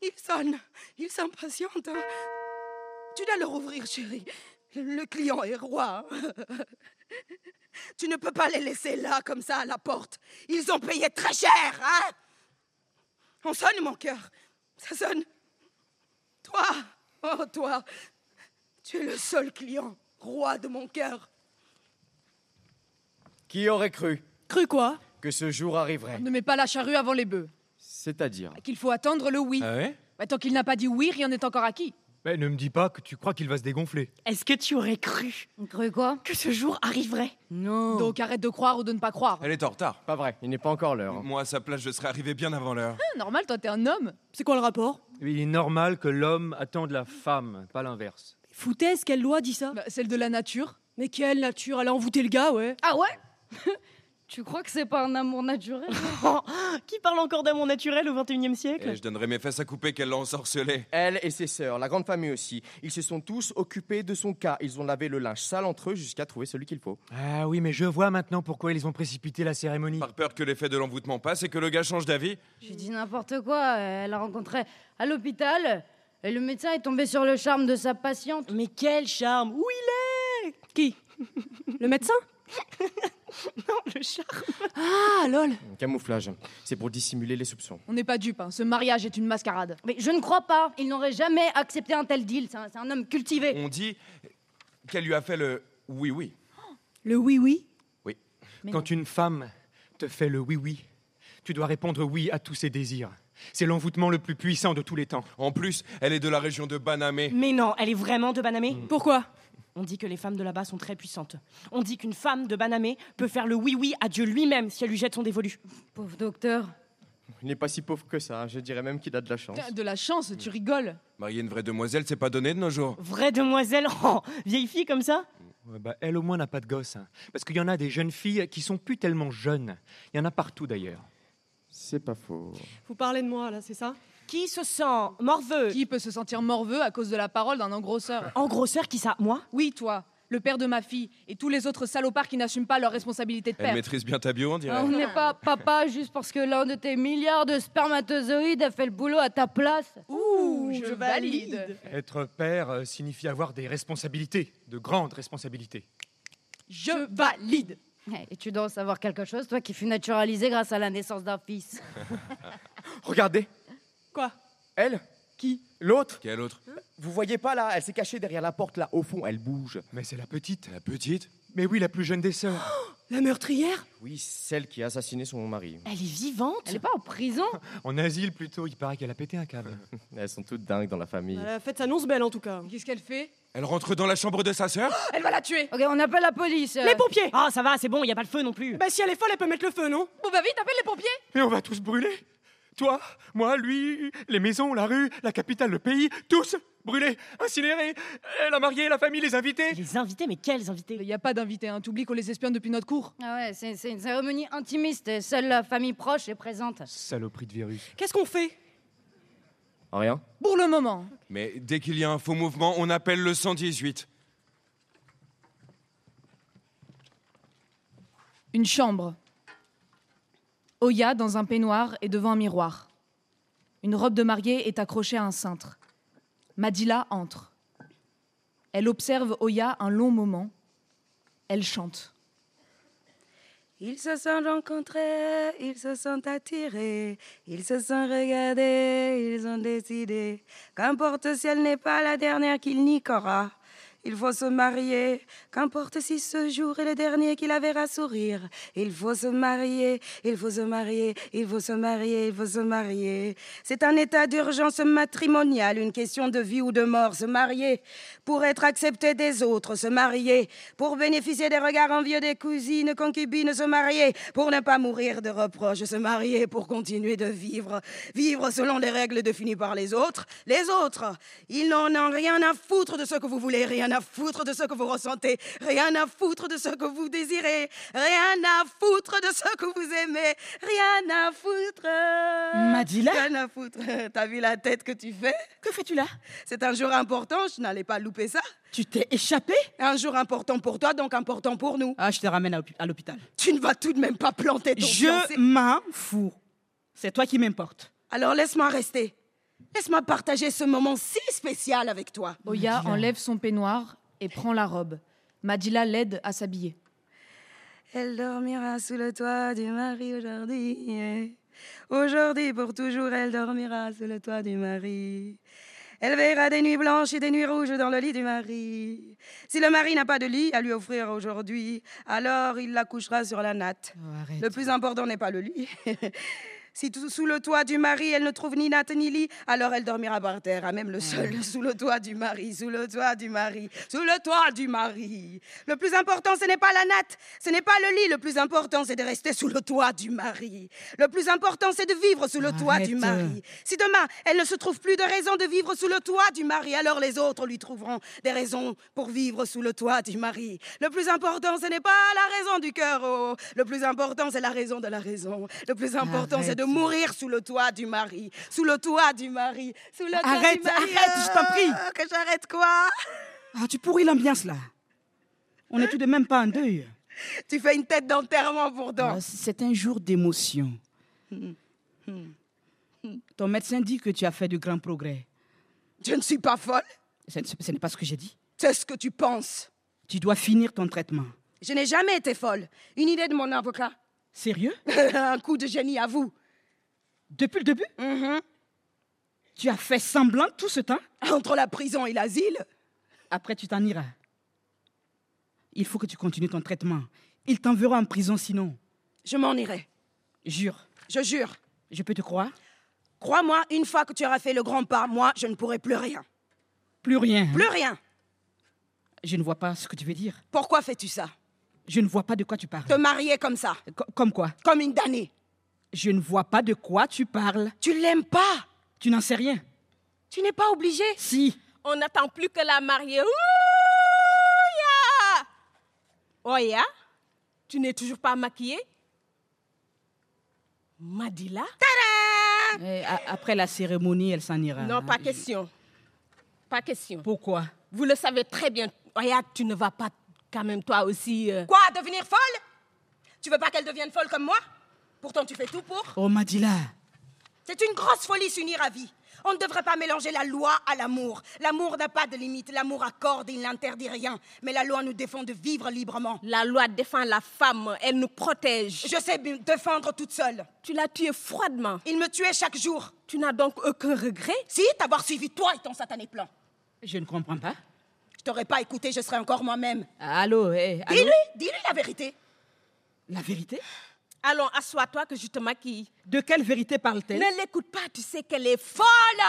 Ils sonnent. Ils s'impatientent. hein. Tu dois leur ouvrir, chérie. Le client est roi. Tu ne peux pas les laisser là, comme ça, à la porte. Ils ont payé très cher, hein On sonne, mon cœur. Ça sonne. Toi, oh toi, tu es le seul client, roi de mon cœur. Qui aurait cru Cru quoi que ce jour arriverait Ne mets pas la charrue avant les bœufs. C'est-à-dire Qu'il faut attendre le oui. Ah ouais Bah, tant qu'il n'a pas dit oui, rien n'est encore acquis. Mais ne me dis pas que tu crois qu'il va se dégonfler. Est-ce que tu aurais cru Cru quoi Que ce jour arriverait. Non. Donc arrête de croire ou de ne pas croire. Elle est en retard. Pas vrai, il n'est pas encore hein. l'heure. Moi, à sa place, je serais arrivé bien avant l'heure. Ah, normal, toi t'es un homme. C'est quoi le rapport Il est normal que l'homme attende la femme, pas l'inverse. Foutaise, quelle loi dit ça Bah, Celle de la nature. Mais quelle nature Elle a envoûté le gars, ouais. Ah ouais Tu crois que c'est pas un amour naturel Qui parle encore d'amour naturel au XXIe siècle Eh, Et Eh, je donnerais mes fesses à couper qu'elle l'a ensorcelé. Elle et ses sœurs, la grande famille aussi, ils se sont tous occupés de son cas. Ils ont lavé le linge sale entre eux jusqu'à trouver celui qu'il faut. Ah oui, mais je vois maintenant pourquoi ils ont précipité la cérémonie. Par peur que l'effet de l'envoûtement passe et que le gars change d'avis. J'ai dit n'importe quoi. Elle a rencontré à l'hôpital et le médecin est tombé sur le charme de sa patiente. Mais quel charme Où il est Qui Le médecin Non, le charme. Ah, lol. Camouflage, c'est pour dissimuler les soupçons. On n'est pas dupes. hein. Ce mariage est une mascarade. Mais je ne crois pas. Il n'aurait jamais accepté un tel deal. C'est un, c'est un homme cultivé. On dit qu'elle lui a fait le oui-oui. Le oui-oui Quand une femme te fait le oui-oui, tu dois répondre oui à tous ses désirs. C'est l'envoûtement le plus puissant de tous les temps. En plus, elle est de la région de Banamé. Mais non, elle est vraiment de Banamé Pourquoi On dit que les femmes de là-bas sont très puissantes. On dit qu'une femme de Banamé peut faire le oui-oui à Dieu lui-même si elle lui jette son dévolu. Pauvre docteur. Il n'est pas si pauvre que ça, je dirais même qu'il a de la chance. T'as De la chance, tu rigoles. Marier une vraie demoiselle, c'est pas donné de nos jours. Vraie demoiselle, oh, vieille fille comme ça Ouais, bah, elle au moins n'a pas de gosse. hein. Parce qu'il y en a des jeunes filles qui sont plus tellement jeunes. Il y en a partout d'ailleurs. C'est pas faux. Vous parlez de moi, là, c'est ça Qui se sent morveux Qui peut se sentir morveux à cause de la parole d'un engrosseur En grosseur, qui ça Moi Oui, toi, le père de ma fille et tous les autres salopards qui n'assument pas leur responsabilité de Elle père. maîtrise bien ta bio, on dirait. Ah, on n'est pas papa juste parce que l'un de tes milliards de spermatozoïdes a fait le boulot à ta place. Ouh, je valide. Être père euh, signifie avoir des responsabilités, de grandes responsabilités. Je valide. Ouais, Eh, Et tu dois en savoir quelque chose, toi qui fus naturalisé grâce à la naissance d'un fils. Regardez, Quoi elle Qui L'autre Euh, Quelle autre Vous voyez pas là Elle s'est cachée derrière la porte là, au fond, elle bouge. Mais c'est la petite. La petite Mais oui, la plus jeune des sœurs. La meurtrière Oui, celle qui a assassiné son mari. Elle est vivante Elle est pas en prison En asile plutôt, il paraît qu'elle a pété un câble. Elles sont toutes dingues dans la famille. La fête s'annonce belle, en tout cas. Qu'est-ce qu'elle fait Elle rentre dans la chambre de sa sœur Elle va la tuer. Ok, on appelle la police. euh. Les pompiers Ah, ça va, c'est bon, il a pas le feu non plus. Bah, si elle est folle, elle peut mettre le feu, non Bon bah vite, appelle les pompiers. Mais on va tous brûler Toi, moi, lui, les maisons, la rue, la capitale, le pays, tous brûlés, incinérés, euh, la mariée, la famille, les invités Les invités, mais quels Il invités n'y a pas d'invité, hein. t'oublies qu'on les espionne depuis notre cour. Ah ouais, c'est c'est une cérémonie intimiste. et Seule la famille proche est présente. Saloperie de virus. Qu'est-ce qu'on fait Rien Pour le moment. Mais dès qu'il y a un faux mouvement, on appelle le 118. Une chambre. Oya dans un peignoir et devant un miroir. Une robe de mariée est accrochée à un cintre. Madila entre. Elle observe Oya un long moment. Elle chante. Ils se sont rencontrés, ils se sont attirés, ils se sont regardés, ils ont décidé. Qu'importe si elle n'est pas la dernière qu'il n'y qu'aura. Il faut se marier, qu'importe si ce jour est le dernier qui la verra sourire. Il faut se marier, il faut se marier, il faut se marier, il faut se marier. C'est un état d'urgence matrimoniale, une question de vie ou de mort. Se marier pour être accepté des autres, se marier pour bénéficier des regards envieux des cousines, concubines, se marier pour ne pas mourir de reproches, se marier pour continuer de vivre, vivre selon les règles définies par les autres. Les autres, ils n'en ont rien à foutre de ce que vous voulez, rien à foutre de ce que vous ressentez, rien à foutre de ce que vous désirez, rien à foutre de ce que vous aimez, rien à foutre. Madila Rien à foutre. T'as vu la tête que tu fais Que fais-tu là C'est un jour important, je n'allais pas louper ça. Tu t'es échappé Un jour important pour toi, donc important pour nous. Ah, je te ramène à l'hôpi- à l'hôpital. Tu ne vas tout de même pas planter ton fiancé. Je m'en fous. C'est toi qui m'importe. Alors laisse-moi rester. Laisse-moi partager ce moment si spécial avec toi. Oh, Oya enlève son peignoir et prend la robe. Madila l'aide à s'habiller. Elle dormira sous le toit du mari aujourd'hui. eh. Aujourd'hui, pour toujours, elle dormira sous le toit du mari. Elle verra des nuits blanches et des nuits rouges dans le lit du mari. Si le mari n'a pas de lit à lui offrir aujourd'hui, alors il la couchera sur la natte. le plus important n'est pas le lit. si tout- sous le toit du mari, elle ne trouve ni natte ni lit, alors elle dormira par terre, à même le sol, sous le toit du mari, sous le toit du mari, sous le toit du mari. Le plus important, ce n'est pas la natte, ce n'est pas le lit. Le plus important, c'est de rester sous le toit du mari. Le plus important, c'est de vivre sous le toit du Arrête. mari. Si demain, elle ne se trouve plus de raison de vivre sous le toit du mari, alors les autres lui trouveront des raisons pour vivre sous le toit du mari. Le plus important, ce n'est pas la raison du cœur. oh. Le plus important, c'est la raison de la raison. Le plus important, c'est de mourir sous le toit du mari. Sous le toit du mari. Sous le toit Arrête, du mari. arrête, je t'en prie. Euh, Que j'arrête quoi Ah, tu pourris l'ambiance là. On n'est tout de même pas en deuil. Tu fais une tête d'enterrement pourtant. Ah, C'est un jour d'émotion. Hmm, Ton médecin dit que tu as fait de grands progrès. Je ne suis pas folle. Ce n- ce n'est pas ce que j'ai dit. C'est ce que tu penses. Tu dois finir ton traitement. Je n'ai jamais été folle. Une idée de mon avocat. Sérieux Un coup de génie à vous. Depuis le début Mm-hmm. Tu as fait semblant tout ce temps Entre la prison et l'asile Après, tu t'en iras. Il faut que tu continues ton traitement. Il t'enverra en prison sinon. Je m'en irai. Jure. Je jure. Je peux te croire Crois-moi, une fois que tu auras fait le grand pas, moi, je ne pourrai plus rien. Plus rien. hein Plus rien. Je ne vois pas ce que tu veux dire. Pourquoi fais-tu ça Je ne vois pas de quoi tu parles. Te marier comme ça Co- Comme quoi Comme une damnée Je ne vois pas de quoi tu parles. Tu l'aimes pas Tu n'en sais rien. Tu n'es pas obligé Si. On n'attend plus que la mariée. Ouya Oya, Oh, tu n'es toujours pas maquillée Madila Eh, a- après la cérémonie, elle s'en ira. Non, pas question. Pas question. Ah, Pourquoi Vous le savez très bien. Oya, tu ne vas pas quand même toi aussi. euh, Quoi Devenir folle Tu veux pas qu'elle devienne folle comme moi Pourtant, tu fais tout pour. Oh, Madila. C'est une grosse folie s'unir à vie. On ne devrait pas mélanger la loi à l'amour. L'amour n'a pas de limite. L'amour accorde, il n'interdit rien. Mais la loi nous défend de vivre librement. La loi défend la femme, elle nous protège. Je sais me défendre toute seule. Tu l'as tuée froidement. Il me tuait chaque jour. Tu n'as donc aucun regret Si, t'avoir suivi toi et ton satané plan. Je ne comprends pas. Je t'aurais pas écouté, je serais encore moi-même. Allô, eh, allô Dis-lui, dis-lui la vérité. La vérité Allons, assois-toi que je te maquille. De quelle vérité parle-t-elle Ne l'écoute pas, tu sais qu'elle est folle. Folle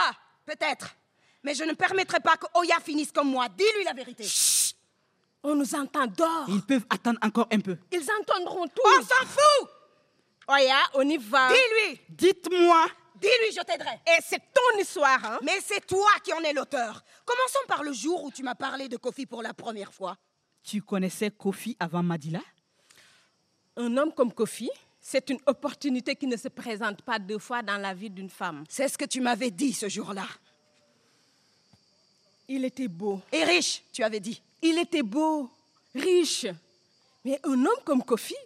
Peut-être. Mais je ne permettrai pas que Oya finisse comme moi. Dis-lui la vérité. On nous entend dehors. Ils peuvent attendre encore un peu. Ils entendront tout. On s'en fout Oya, on y va. Dis-lui Dites-moi Dis-lui, je t'aiderai. Et c'est ton histoire, hein Mais c'est toi qui en es l'auteur. Commençons par le jour où tu m'as parlé de Kofi pour la première fois. Tu connaissais Kofi avant Madila Un homme comme Kofi, c'est une opportunité qui ne se présente pas deux fois dans la vie d'une femme. C'est ce que tu m'avais dit ce jour-là. Il était beau. Et riche, tu avais dit. Il était beau, riche. Mais un homme comme Kofi,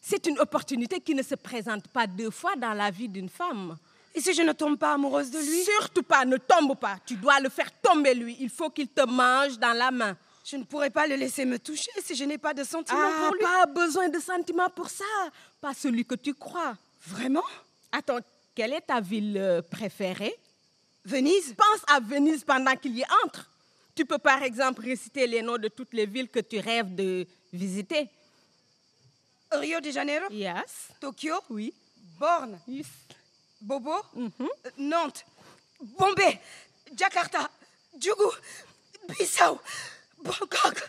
c'est une opportunité qui ne se présente pas deux fois dans la vie d'une femme. Et si je ne tombe pas amoureuse de lui Surtout pas, ne tombe pas. Tu dois le faire tomber, lui. Il faut qu'il te mange dans la main. Je ne pourrais pas le laisser me toucher si je n'ai pas de sentiments Ah, pour lui. pas besoin de sentiments pour ça. Pas celui que tu crois. Vraiment Attends, quelle est ta ville euh, préférée Venise Pense à Venise pendant qu'il y entre. Tu peux par exemple réciter les noms de toutes les villes que tu rêves de visiter. Rio de Janeiro. Yes. Tokyo. Oui. Borne. Yes. Mm-hmm. Bobo. Euh, Nantes. Bombay. Jakarta. Djougou. Bissau. Bangkok.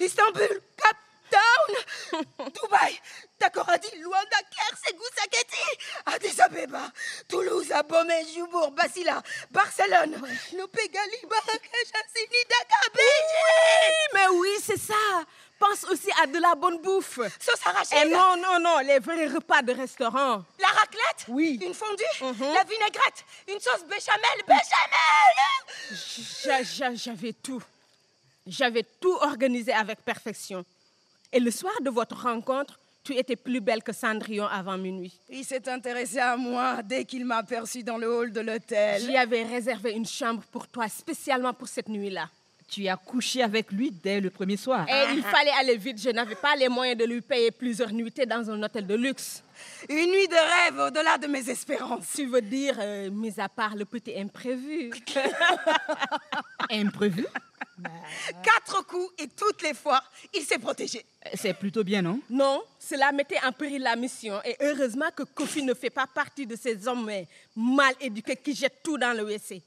Istanbul. Cape Town. Dubaï. Takoradi. Luanda. Kersegou. Saketi. Addis Abeba. Toulouse. Abomey. Jubour. Basila. Barcelone. Lopegali. Marrakech. Assini. Dakar. Beijing. Mais oui, c'est ça. Pense aussi à de la bonne bouffe. Sauce Et arachide. non, non, non, les vrais repas de restaurant. La raclette Oui. Une fondue Mhm. La vinaigrette Une sauce béchamel Béchamel J'a- j'a- J'avais tout. J'avais tout organisé avec perfection. Et le soir de votre rencontre, tu étais plus belle que Cendrillon avant minuit. Il s'est intéressé à moi dès qu'il m'a aperçu dans le hall de l'hôtel. J'y avais réservé une chambre pour toi spécialement pour cette nuit-là. Tu as couché avec lui dès le premier soir. Et Ah. il fallait aller vite, je n'avais pas les moyens de lui payer plusieurs nuitées dans un hôtel de luxe. Une nuit de rêve au-delà de mes espérances. Tu veux dire, euh, mis à part le petit imprévu. Imprévu Ah. Quatre coups et toutes les fois, il s'est protégé. Euh, C'est plutôt bien, non Non, cela mettait en péril la mission. Et heureusement que Kofi ne fait pas partie de ces hommes euh, mal éduqués qui jettent tout dans le WC.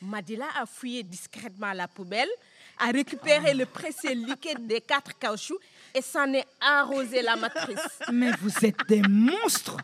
Madila a fouillé discrètement la poubelle, a Ah. récupéré le précieux liquide des quatre caoutchoucs et s'en est arrosé la matrice. Mais vous êtes des monstres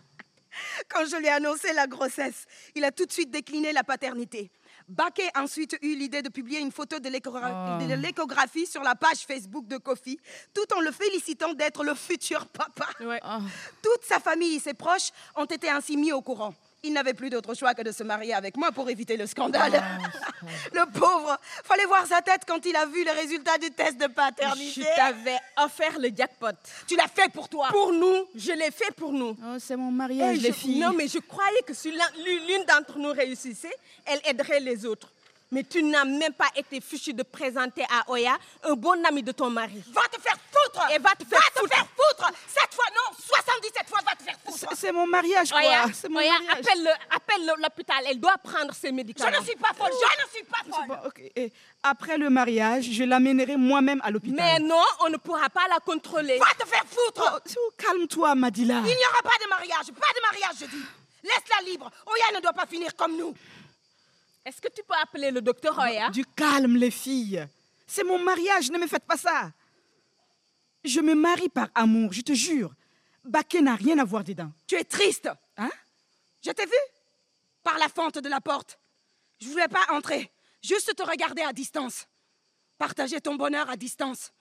Quand je lui ai annoncé la grossesse, il a tout de suite décliné la paternité. Baké a ensuite eu l'idée de publier une photo de l'échogra- Oh. de l'échographie sur la page Facebook de Kofi, tout en le félicitant d'être le futur papa. Ah. Toute sa famille et ses proches ont été ainsi mis au courant. Il n'avait plus d'autre choix que de se marier avec moi pour éviter le scandale. Ah, le pauvre, fallait voir sa tête quand il a vu les résultats du test de paternité. Je t'avais offert le jackpot. Tu l'as fait pour toi. Pour nous, je l'ai fait pour nous. Oh, c'est mon mariage, Eh, les je- filles. Non, mais je croyais que si l'un- l'une l'une d'entre nous réussissait, elle aiderait les autres. Mais tu n'as même pas été fichu de présenter à Oya un bon ami de ton mari. Va te faire foutre Et va te faire Va te faire foutre Cette fois, non 77 fois, va te faire foutre C'est mon mariage, quoi. Oya, C'est mon Oya, mariage. appelle, le- appelle le- l'hôpital. Elle doit prendre ses Je médicaments. ne suis pas folle Je ne suis pas folle Bon, ok. Et après le mariage, je l'amènerai moi-même à Mais l'hôpital. non, on ne pourra pas la contrôler. Va te faire foutre Oh, Calme-toi, Madila. Il n'y aura pas de mariage Pas de mariage, je dis Laisse-la libre Oya Oh, ne doit pas finir comme nous Est-ce que tu peux appeler le docteur Oya Du calme, les filles. C'est mon mariage, ne me faites pas ça. Je me marie par amour, je te jure. Baké n'a rien à voir dedans. Tu es triste Hein Je t'ai vu Par la fente de la porte Je voulais pas entrer Juste te regarder à distance Partager ton bonheur à distance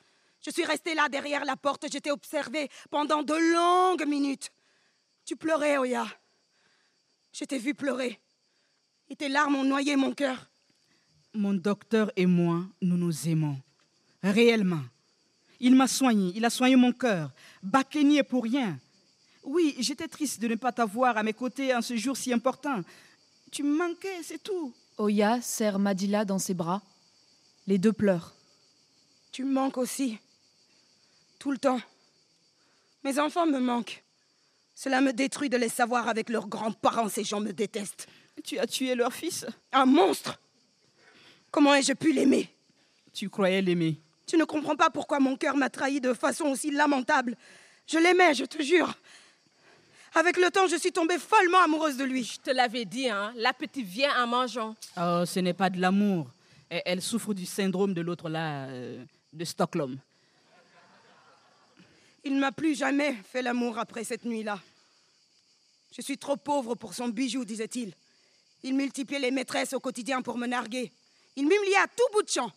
Je suis restée là derrière la porte Je t'ai observée pendant de longues minutes Tu pleurais, Oya Je t'ai vu pleurer Et tes larmes ont noyé mon cœur Mon docteur et moi, nous nous aimons. Réellement. Il m'a soigné, il a soigné mon cœur. Baké n'y est pour rien. Oui, j'étais triste de ne pas t'avoir à mes côtés en ce jour si important. Tu me manquais, c'est tout. Oya serre Madila dans ses bras. Les deux pleurent. Tu me manques aussi. Tout le temps. Mes enfants me manquent. Cela me détruit de les savoir avec leurs grands-parents. Ces gens me détestent. Tu as tué leur fils. Un monstre Comment ai-je pu l'aimer Tu croyais l'aimer. Tu ne comprends pas pourquoi mon cœur m'a trahi de façon aussi lamentable. Je l'aimais, je te jure. Avec le temps, je suis tombée follement amoureuse de lui. Je te l'avais dit, hein, l'appétit vient en mangeant. Euh, Oh, ce n'est pas de l'amour. Eh, Elle souffre du syndrome de l'autre là, euh, de Stockholm. Il ne m'a plus jamais fait l'amour après cette nuit-là. Je suis trop pauvre pour son bijou, disait-il. Il multipliait les maîtresses au quotidien pour me narguer. Il m'humiliait à tout bout de champ.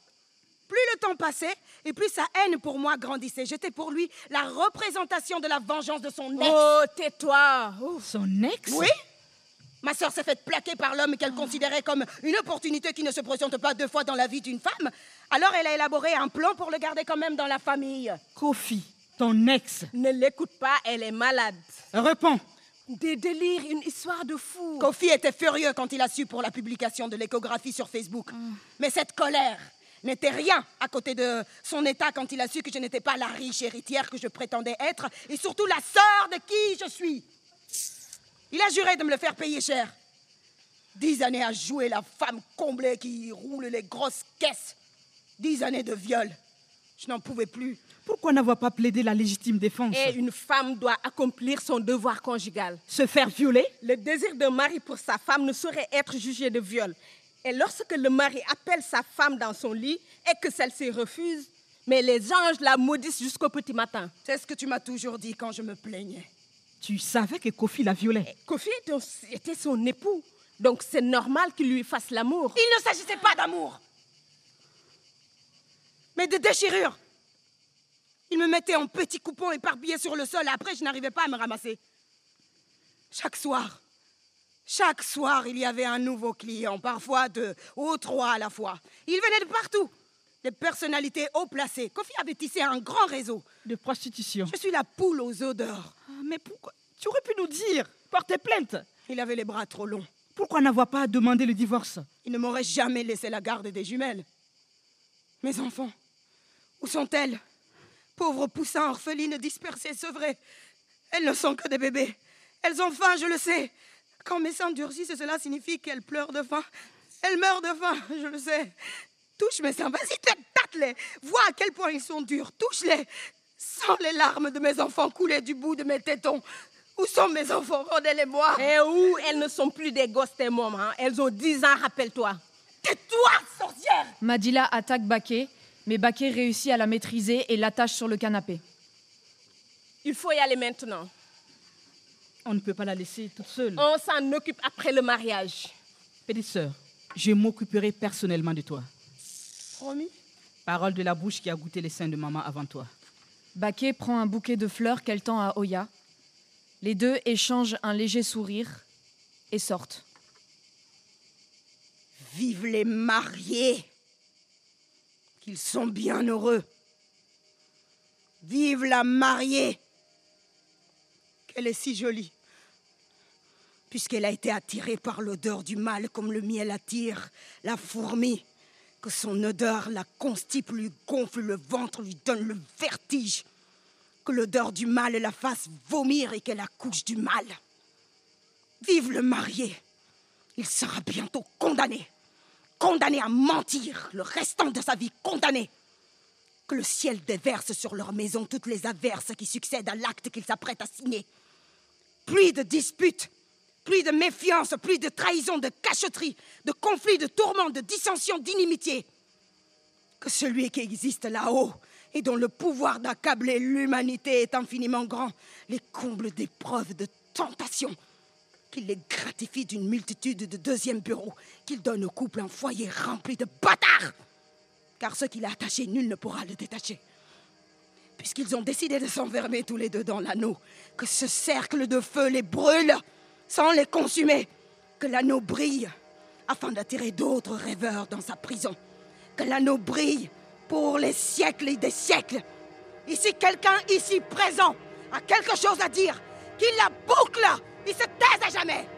Plus le temps passait, et plus sa haine pour moi grandissait. J'étais pour lui la représentation de la vengeance de son ex. Oh, tais-toi. Ouf. Son ex Oui Ma sœur s'est faite plaquer par l'homme qu'elle considérait comme une opportunité qui ne se présente pas deux fois dans la vie d'une femme. Alors elle a élaboré un plan pour le garder quand même dans la famille. Kofi, ton ex. Ne l'écoute pas, elle est malade. Réponds. Des délires, une histoire de fou. Kofi était furieux quand il a su pour la publication de l'échographie sur Facebook. Mm. Mais cette colère n'était rien à côté de son état quand il a su que je n'étais pas la riche héritière que je prétendais être et surtout la sœur de qui je suis. Il a juré de me le faire payer cher. Dix années à jouer la femme comblée qui roule les grosses caisses. Dix années de viol. Je n'en pouvais plus. Pourquoi n'avoir pas plaidé la légitime défense Et une femme doit accomplir son devoir conjugal. Se faire violer Le désir de mari pour sa femme ne saurait être jugé de viol. Et lorsque le mari appelle sa femme dans son lit et que celle-ci refuse, mais les anges la maudissent jusqu'au petit matin. C'est ce que tu m'as toujours dit quand je me plaignais. Tu savais que Kofi la violait. Kofi était son époux, donc c'est normal qu'il lui fasse l'amour. Il ne s'agissait pas d'amour, mais de déchirure. Il me mettait en petits coupons éparpillés sur le sol et après je n'arrivais pas à me ramasser. Chaque soir, chaque soir, il y avait un nouveau client, parfois deux ou trois à la fois. Il venait de partout. Des personnalités haut placées. Kofi avait tissé un grand réseau. De prostitution. Je suis la poule aux odeurs. Ah, mais pourquoi Tu aurais pu nous dire Porter plainte Il avait les bras trop longs. Pourquoi n'avoir pas demandé le divorce Il ne m'aurait jamais laissé la garde des jumelles. Mes enfants, où sont-elles Pauvres poussins orphelines dispersées, sevrées. Elles ne sont que des bébés. Elles ont faim, je le sais. Quand mes seins durcissent, cela signifie qu'elles pleurent de faim. Elles meurent de faim, je le sais. Touche mes seins, vas-y, tâte-les. Vois à quel point ils sont durs, touche-les. Sens les larmes de mes enfants couler du bout de mes tétons. Où sont mes enfants Rendez-les-moi. Et où Elles ne sont plus des gosses, tes mômes. hein. Elles ont 10 ans, rappelle-toi. Tais-toi, sorcière Madila attaque Baké, mais Baké réussit à la maîtriser et l'attache sur le canapé. Il faut y aller maintenant. On ne peut pas la laisser toute seule. On s'en occupe après le mariage. Petite sœur, je m'occuperai personnellement de toi. Promis Parole de la bouche qui a goûté les seins de maman avant toi. Baké prend un bouquet de fleurs qu'elle tend à Oya. Les deux échangent un léger sourire et sortent. Vive les mariés Qu'ils sont bien heureux Vive la mariée Qu'elle est si jolie Puisqu'elle a été attirée par l'odeur du mal comme le miel attire la fourmi, que son odeur la constipe, lui gonfle le ventre, lui donne le vertige, que l'odeur du mal la fasse vomir et qu'elle accouche du mal. Vive le marié il sera bientôt condamné. Condamné à mentir le restant de sa vie, condamné. Que le ciel déverse sur leur maison toutes les averses qui succèdent à l'acte qu'ils s'apprêtent à signer. Plus de disputes, plus de méfiance, plus de trahison, de cacheterie, de conflits, de tourments, de dissensions, d'inimitié. Que celui qui existe là-haut et dont le pouvoir d'accabler l'humanité est infiniment grand, les comble d'épreuves, de tentations, qu'il les gratifie d'une multitude de deuxièmes bureaux, qu'il donne au couple un foyer rempli de bâtards. Car ce qu'il a attaché, nul ne pourra le détacher. Puisqu'ils ont décidé de s'enfermer tous les deux dans l'anneau, que ce cercle de feu les brûle sans les consumer, que l'anneau brille afin d'attirer d'autres rêveurs dans sa prison, que l'anneau brille pour les siècles et des siècles. Et si quelqu'un ici présent a quelque chose à dire, qu'il la boucle il se taise à jamais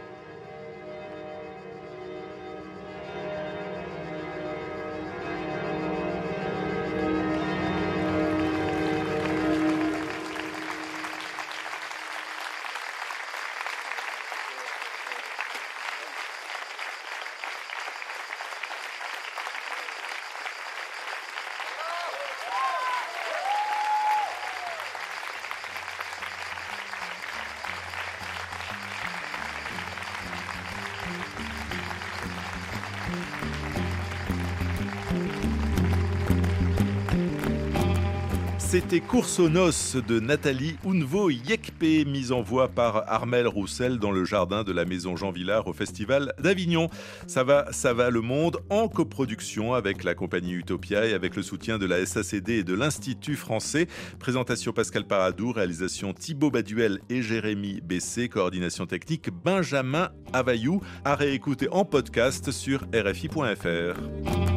C'était Course aux noces de Nathalie Unvo Yekpe, mise en voix par Armel Roussel dans le jardin de la Maison Jean Villard au Festival d'Avignon. Ça va, ça va le monde en coproduction avec la compagnie Utopia et avec le soutien de la SACD et de l'Institut français. Présentation Pascal Paradou, réalisation Thibaut Baduel et Jérémy Bessé, coordination technique Benjamin Availlou, à réécouter en podcast sur RFI.fr.